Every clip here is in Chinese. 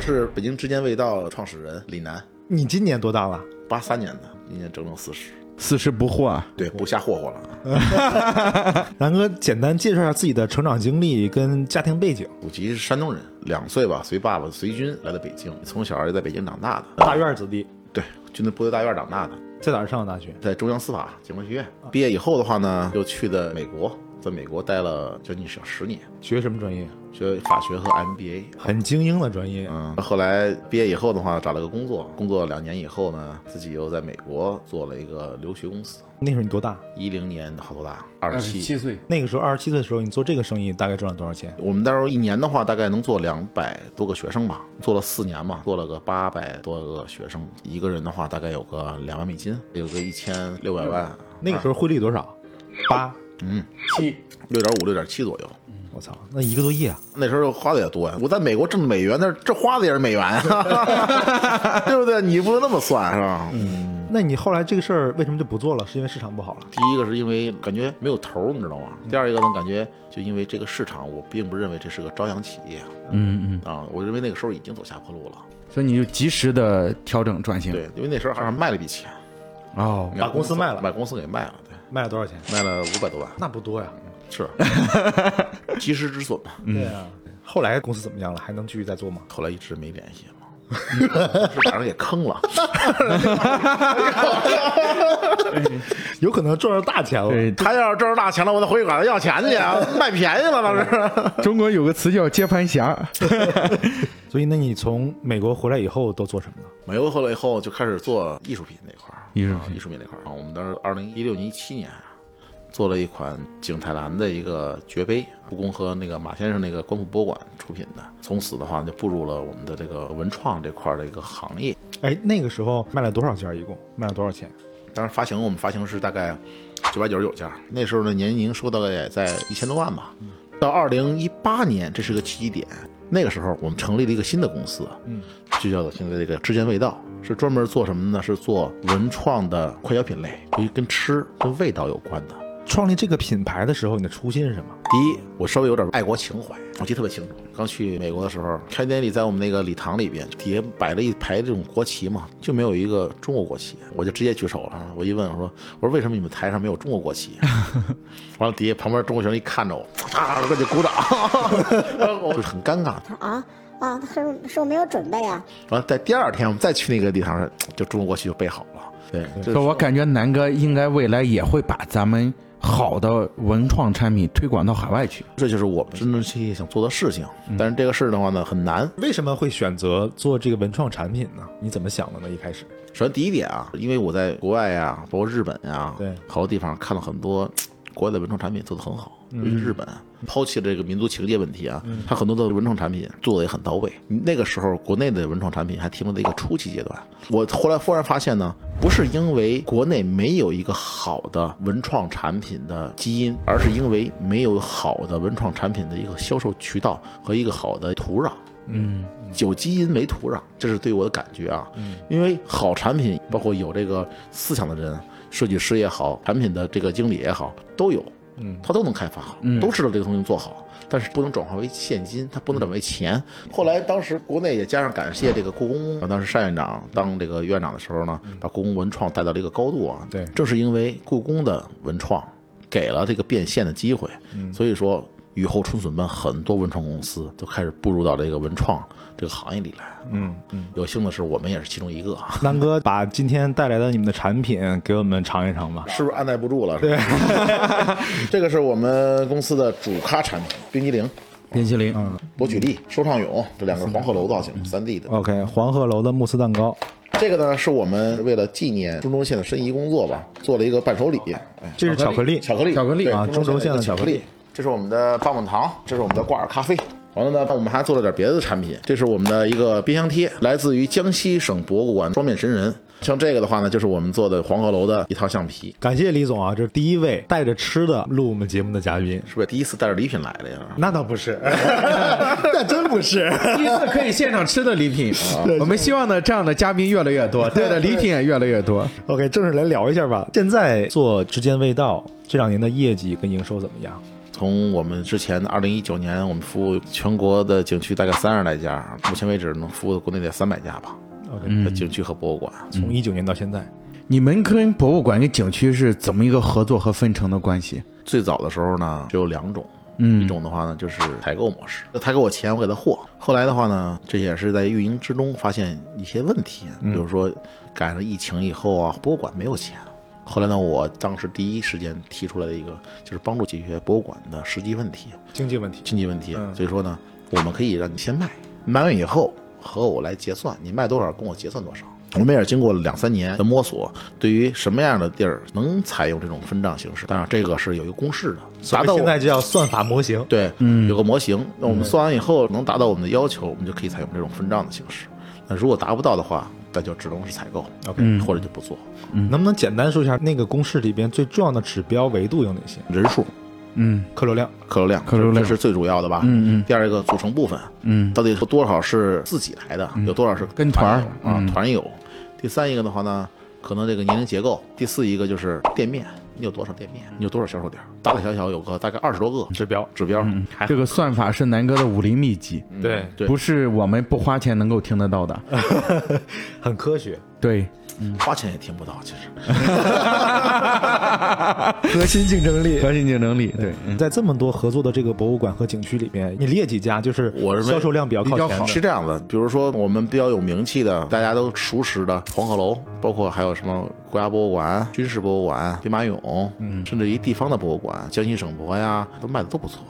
是北京之间味道创始人李楠，你今年多大了？八三年的，今年整整四十。四十不惑啊，对，不瞎霍霍了。南哥，简单介绍一下自己的成长经历跟家庭背景。祖籍是山东人，两岁吧，随爸爸随军来的北京，从小就在北京长大的。大院子弟，对，军队部队大院长大的，在哪儿上的大学？在中央司法警官学院毕业以后的话呢，又去的美国，在美国待了将近小十年，学什么专业？学法学和 MBA。很精英的专业。嗯，后来毕业以后的话，找了个工作，工作两年以后呢，自己又在美国做了一个留学公司。那时候你多大？一零年好多大，二二十十七。七岁，那个时候二十七岁的时候，你做这个生意大概赚了多少嗯钱？我们那时候一年的话，大概能做两百多个学生吧，做了四年嘛，做了个八百多个学生，一个人的话大概有个两万美金，有个一千六百万，那个时候汇率多少？八。七六点五、六点七左右。我操，那一个多亿啊！那时候花的也多呀，我在美国挣美元，那这花的也是美元啊， 对不对？你不能那么算，啊是吧？那你后来这个事儿为什么就不做了？是因为市场不好了？第一个是因为感觉没有头儿，你知道吗？第二一个呢，感觉就因为这个市场，我并不认为这是个朝阳企业嗯嗯，啊，我认为那个时候已经走下坡路了。所以你就及时的调整转型。对，因为那时候还是卖了一笔钱，哦，把公司卖了把公司给卖了，对。卖了多少钱？卖了五百多万，那不多呀。嗯 是及时止损嘛。对啊。后来公司怎么样了？还能继续再做吗？后来一直没联系嘛， 是把人给坑了。有可能赚着大钱了。对，他要是挣着大钱了，我得回去管他要钱去，啊，卖便宜了当 时。中国有个词叫接 盘侠，所以，那你从美国回来以后都做什么了？美国回来以后就开始做艺术品那块儿，艺术品啊艺术品那块儿啊。我们当时二零一六年、一七年啊做了一款景泰蓝的一个爵杯，故宫和那个马先生那个官复博物馆出品的。从此的话，就步入了我们的这个文创这块儿的一个行业。哎，那个时候卖了多少件儿？一共卖了多少钱？当时发行我们发行是大概九百九十九件儿，那时候的年营收大概也在一千多万吧。到二零一八年，这是个契机点。那个时候，我们成立了一个新的公司，嗯，就叫做现在这个之间味道，是专门做什么呢？是做文创的快消品类，就跟吃、跟味道有关的。创立这个品牌的时候，你的初心是什么？第一，我稍微有点爱国情怀，我记得特别清楚。刚去美国的时候，开店礼在我们那个礼堂里边，底下摆了一排这种国旗嘛，就没有一个中国国旗，我就直接举手了。啊我一问我说：“我说为什么你们台上没有中国国旗？”啊 完了，底下旁边中国学生一看着我，啊，我就鼓掌，我就很尴尬。啊啊，他说说没有准备啊，完了，在第二天我们再去那个礼堂上，就中国国旗就备好了。对，这所以我感觉南哥应该未来也会把咱们好的文创产品推广到海外去。这就是我们真正去想做的事情。但是这个事儿的话呢，很难。为什么会选择做这个文创产品呢？你怎么想的呢？一开始，首先第一点啊，因为我在国外啊，包括日本啊，对好多地方看了很多嘖国外的文创产品做得很好，尤其日本。抛弃了这个民族情结问题啊，它很多的文创产品做的也很到位。那个时候，国内的文创产品还停留在一个初期阶段。我后来忽然发现呢，不是因为国内没有一个好的文创产品的基因，而是因为没有好的文创产品的一个销售渠道和一个好的土壤。有基因没土壤，这是对我的感觉啊。因为好产品，包括有这个思想的人，设计师也好，产品的这个经理也好，都有，嗯，他都能开发好，都知道这个东西做好，但是不能转化为现金，它不能转为钱。后来当时国内也加上感谢这个故宫，当时单院长当这个院长的时候呢，把故宫文创带到了一个高度啊。对正是因为故宫的文创给了这个变现的机会，所以说雨后春笋般，很多文创公司都开始步入到这个文创这个行业里来。嗯嗯，有幸的是，我们也是其中一个，啊，南哥把今天带来的你们的产品给我们尝一尝吧。是不是按耐不住了？对， 这个是我们公司的主咖产品冰激凌。冰淇淋，我举例，收畅泳这两个是黄鹤楼造型，三 D 的。 OK，黄鹤楼的慕斯蛋糕，这个呢，是我们为了纪念中轴线的申遗工作吧，做了一个伴手礼。哎，这是巧克力，巧克力，巧克力对啊中中轴线的巧巧克力。这是我们的棒棒糖，这是我们的挂耳咖啡。完了呢，我们还做了点别的产品，这是我们的一个冰箱贴，来自于江西省博物馆双面神人。像这个的话呢，就是我们做的黄鹤楼的一套橡皮，感谢李总啊，这是第一位带着吃的录我们节目的嘉宾。是不是第一次带着礼品来的呀？ 那倒不 是，那真不是。第一次可以现场吃的礼品，哦 我们希望呢这样的嘉宾越来越多，带的礼品也越来越多。 OK，正式来聊一下吧。现在做之间味道这两年的业绩跟营收怎么样？从我们之前的二零一九年，我们服务全国的景区大概三十来家，目前为止能服务国内得三百家吧。 OK，嗯，景区和博物馆，从一九年到现在，你们跟博物馆跟景区是怎么一个合作和分成的关系？最早的时候呢，只有两种。一嗯种的话呢，就是采购模式，他给我钱，我给他货。后来的话呢，这也是在运营之中发现一些问题，比如说赶上疫情以后啊，博物馆没有钱。后来呢，我当时第一时间提出来的一个就是帮助解决博物馆的实际问题、经济问题。经济问题。嗯所以说呢，我们可以让你先卖，卖完以后和我来结算，你卖多少跟我结算多少。我们也是经过了两三年的摸索，对于什么样的地儿能采用这种分账形式，当然这个是有一个公式的，达到所以我现在就叫算法模型，对，嗯，有个模型，那我们算完以后能达到我们的要求，我们就可以采用这种分账的形式。那如果达不到的话，那就只能是采购 OK 或者就不做。能不能简单说一下那个公式里边最重要的指标维度有哪些？人数、嗯客流量，客流量，客流量这是最主要的吧？嗯嗯第二一个组成部分，嗯到底有多少是自己来的，有多少是跟团儿友啊嗯团友？第三一个的话呢，可能这个年龄结构；第四一个就是店面，你有多少店面，嗯你有多少销售点儿，大大小小有个大概二十多个指标。指标。嗯，这个算法是南哥的武林秘籍，对，对嗯不是我们不花钱能够听得到的。 很科学。对，花钱也听不到，其实。核心竞争力。核心竞争力，对，在这么多合作的这个博物馆和景区里边，你列几家就是我认为销售量比较靠前的？是这样的，比如说我们比较有名气的，大家都熟识的黄鹤楼，包括还有什么国家博物馆、军事博物馆、兵马俑，嗯，甚至一地方的博物馆，江西省博呀，都卖的都不错。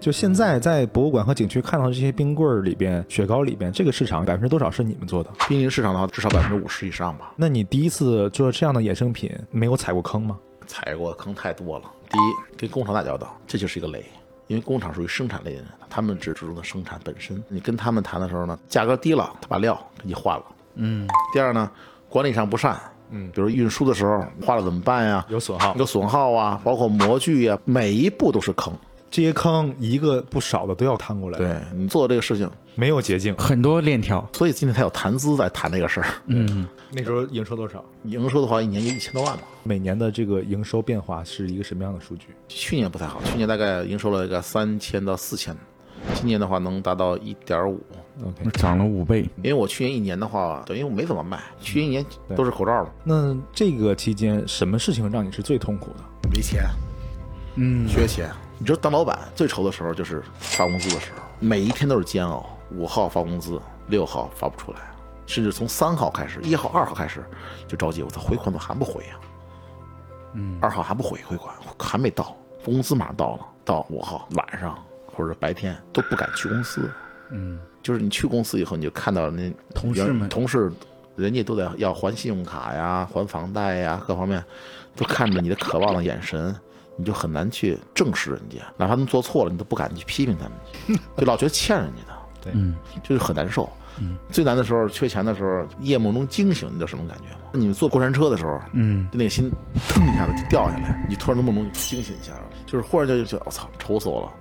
就现在在博物馆和景区看到这些冰棍儿里边、雪糕里边，这个市场百分之多少是你们做的？濒临市场的话，至少百分之五十以上吧。那你第一次做这样的衍生品，没有踩过坑吗？踩过坑太多了。第一，跟工厂打交道，这就是一个雷，因为工厂属于生产类的，他们只注重的生产本身。你跟他们谈的时候呢，价格低了，他把料给你换了。嗯。第二呢，管理上不善。嗯，比如运输的时候花了怎么办呀？有损耗有损耗啊，包括模具呀、每一步都是坑。这些坑一个不少的都要趟过来，，对你做这个事情，没有捷径。很多链条。所以今天才有谈资在谈这个事儿。嗯，那时候营收多少？你营收的话，一年就一千多万吧。每年的这个营收变化是一个什么样的数据？去年不太好，去年大概营收了一个三千到四千，今年的话能达到一点五。涨了五倍。因为我去年一年的话，等于我没怎么卖，去年一年都是口罩了，那这个期间什么事情让你是最痛苦的？没钱，嗯，缺钱。你知道当老板最愁的时候就是发工资的时候，每一天都是煎熬。五号发工资，六号发不出来，甚至从三号开始，一号、二号开始就着急，我操，回款怎么还不回呀、啊嗯，二号还不回回款，还没到，工资马上到了，到五号晚上或者白天都不敢去公司。嗯，就是你去公司以后，你就看到那同事们同事人家都得要还信用卡呀、还房贷呀，各方面都看着你的渴望的眼神，你就很难去正视人家，哪怕他们做错了，你都不敢去 批评他们，就老觉得欠人家的，对嗯，就是很难受。最难的时候，缺钱的时候，夜梦中惊醒，你知道什么感觉吗？你们坐过山车的时候，嗯，就那个心腾一下子就掉下来，你突然从梦中惊醒一下，就是忽然就就觉得我操，愁死我了。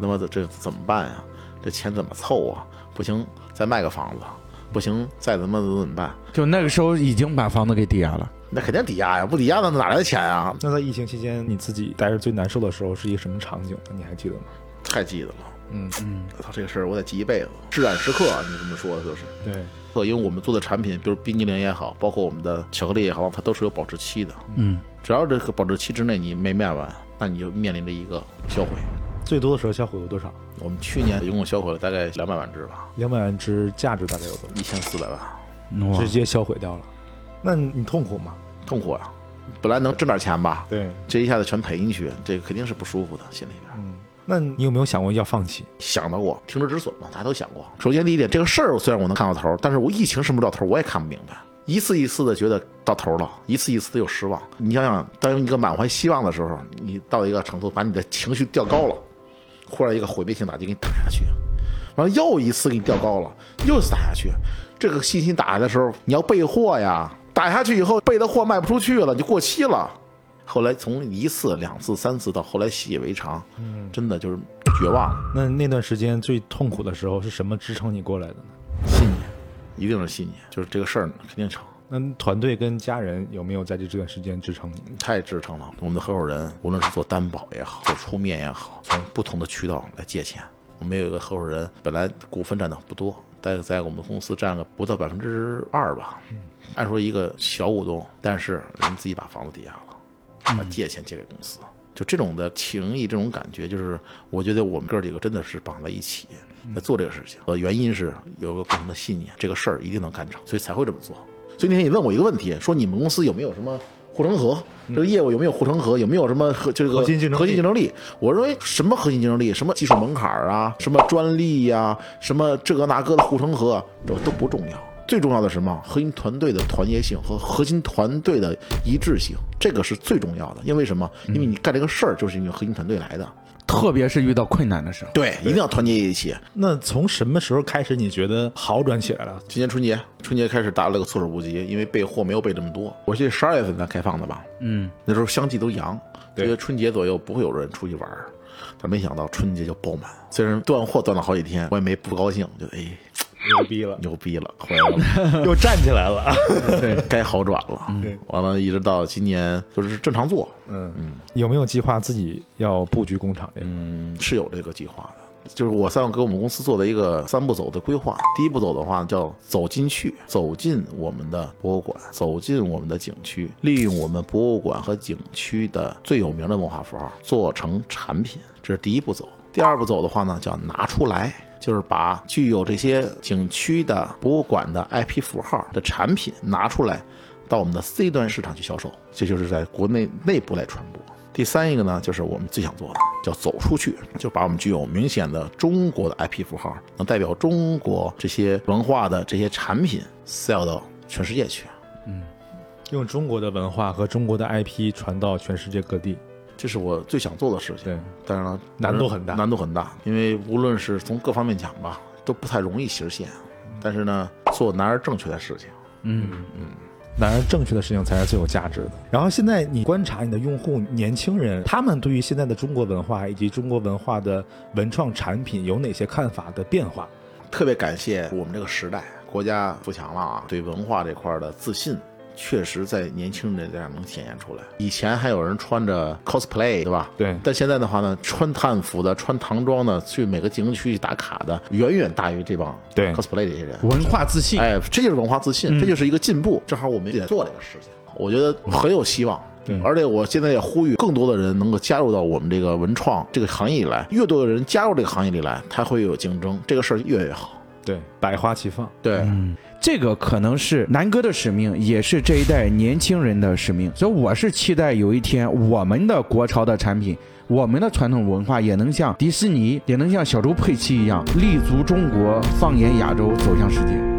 那么这怎么办呀？这钱怎么凑啊？不行，再卖个房子，不行，再怎么怎么怎么办？就那个时候已经把房子给抵押了。那肯定抵押呀，不抵押那哪来的钱啊？那在疫情期间，你自己待着最难受的时候是一个什么场景？你还记得吗？太记得了，嗯嗯，我操，这个事儿我得记一辈子。至暗时刻，你这么说的就是。对，因为我们做的产品，比如冰激凌也好，包括我们的巧克力也好，它都是有保质期的。嗯，只要这个保质期之内你没卖完，那你就面临着一个销毁。最多的时候销毁有多少？我们去年一共销毁了大概两百万只吧，两百万只，价值大概有多一千四百万，少？哇直，接销毁掉了。那你痛苦吗？痛苦啊！本来能挣点钱吧，对，这一下子全赔进去，这个肯定是不舒服的，心里边嗯，那你有没有想过要放弃？想到过停止止损嘛，大家都想过。首先第一点，这个事儿虽然我能看到头，但是我疫情什么时候到头我也看不明白。一次一次的觉得到头了，一次一次的又失望。你想想，当一个满怀希望的时候，你到一个程度，把你的情绪调高了，忽然一个毁灭性打击给你打下去，完了又一次给你调高了，又一次打下去。这个信心打下的时候，你要备货呀，打下去以后备的货卖不出去了，你就过期了。后来从一次、两次、三次到后来习以为常，真的就是绝望了。那那段时间最痛苦的时候是什么支撑你过来的呢？信念，一定是信念，就是这个事儿呢肯定成。那团队跟家人有没有在这这段时间支撑你？太支撑了。我们的合伙人无论是做担保也好，做出面也好，从不同的渠道来借钱。我们有一个合伙人，本来股份占的不多，但在我们公司占了不到百分之二吧。按说一个小股东，但是人自己把房子抵押了，嗯把借钱借给公司。就这种的情谊，这种感觉，就是我觉得我们哥几个真的是绑在一起嗯在做这个事情。呃，原因是有个共同的信念，这个事儿一定能干成，所以才会这么做。所以那天你问我一个问题，说你们公司有没有什么护城河？这个业务有没有护城河？有没有什么核这个核心竞争力核心竞争力？我认为什么核心竞争力，什么技术门槛儿啊，什么专利呀、什么这个那个的护城河，这都不重要。最重要的是什么？核心团队的团结性和核心团队的一致性，这个是最重要的。因为什么？因为你干这个事儿就是因为核心团队来的。特别是遇到困难的时候，对，一定要团结一起。那从什么时候开始你觉得好转起来了？今年春节，春节开始打了个措手不及，因为备货没有备这么多。我记得十二月份咱开放的吧，嗯，那时候相继都阳，对觉得春节左右不会有人出去玩儿，但没想到春节就爆满。虽然断货断了好几天，我也没不高兴，觉得哎牛逼了，牛逼了，回来了。 又站起来了。对，嗯该好转了。完了，一直到今年就是正常做，嗯，有没有计划自己要布局工厂这个？嗯，是有这个计划的。就是我三个给我们公司做的一个三步走的规划。第一步走的话叫走进去，走进我们的博物馆，走进我们的景区，利用我们博物馆和景区的最有名的文化符号做成产品，这是第一步走。第二步走的话呢，叫拿出来。就是把具有这些景区的博物馆的 IP 符号的产品拿出来，到我们的 C 端市场去销售，这就是在国内内部来传播。第三一个呢，就是我们最想做的，叫走出去，就把我们具有明显的中国的 IP 符号，能代表中国这些文化的这些产品 sell 到全世界去。用中国的文化和中国的 IP 传到全世界各地。这是我最想做的事情对，但是呢，难度很大难度很大，因为无论是从各方面讲吧，都不太容易实现。但是呢，做难而正确的事情，当然，正确的事情才是最有价值的。然后现在你观察你的用户年轻人，他们对于现在的中国文化以及中国文化的文创产品有哪些看法的变化？特别感谢我们这个时代，国家富强了啊，对文化这块儿的自信。确实在年轻人这样能显现出来。以前还有人穿着 cosplay，对吧？对但现在的话呢，穿汉服的、穿唐装的，去每个景区去打卡的，远远大于这帮对嗯 cosplay 这些人。文化自信，哎，这就是文化自信，这就是一个进步。正好我们也在做这个事情，我觉得很有希望。而且我现在也呼吁更多的人能够加入到我们这个文创这个行业里来，越多的人加入这个行业里来，它会有竞争，这个事儿越来越好。对，百花齐放。对，这个可能是南哥的使命，也是这一代年轻人的使命。所以我是期待有一天，我们的国潮的产品，我们的传统文化也能像迪士尼，也能像小猪佩奇一样，立足中国，放眼亚洲，走向世界。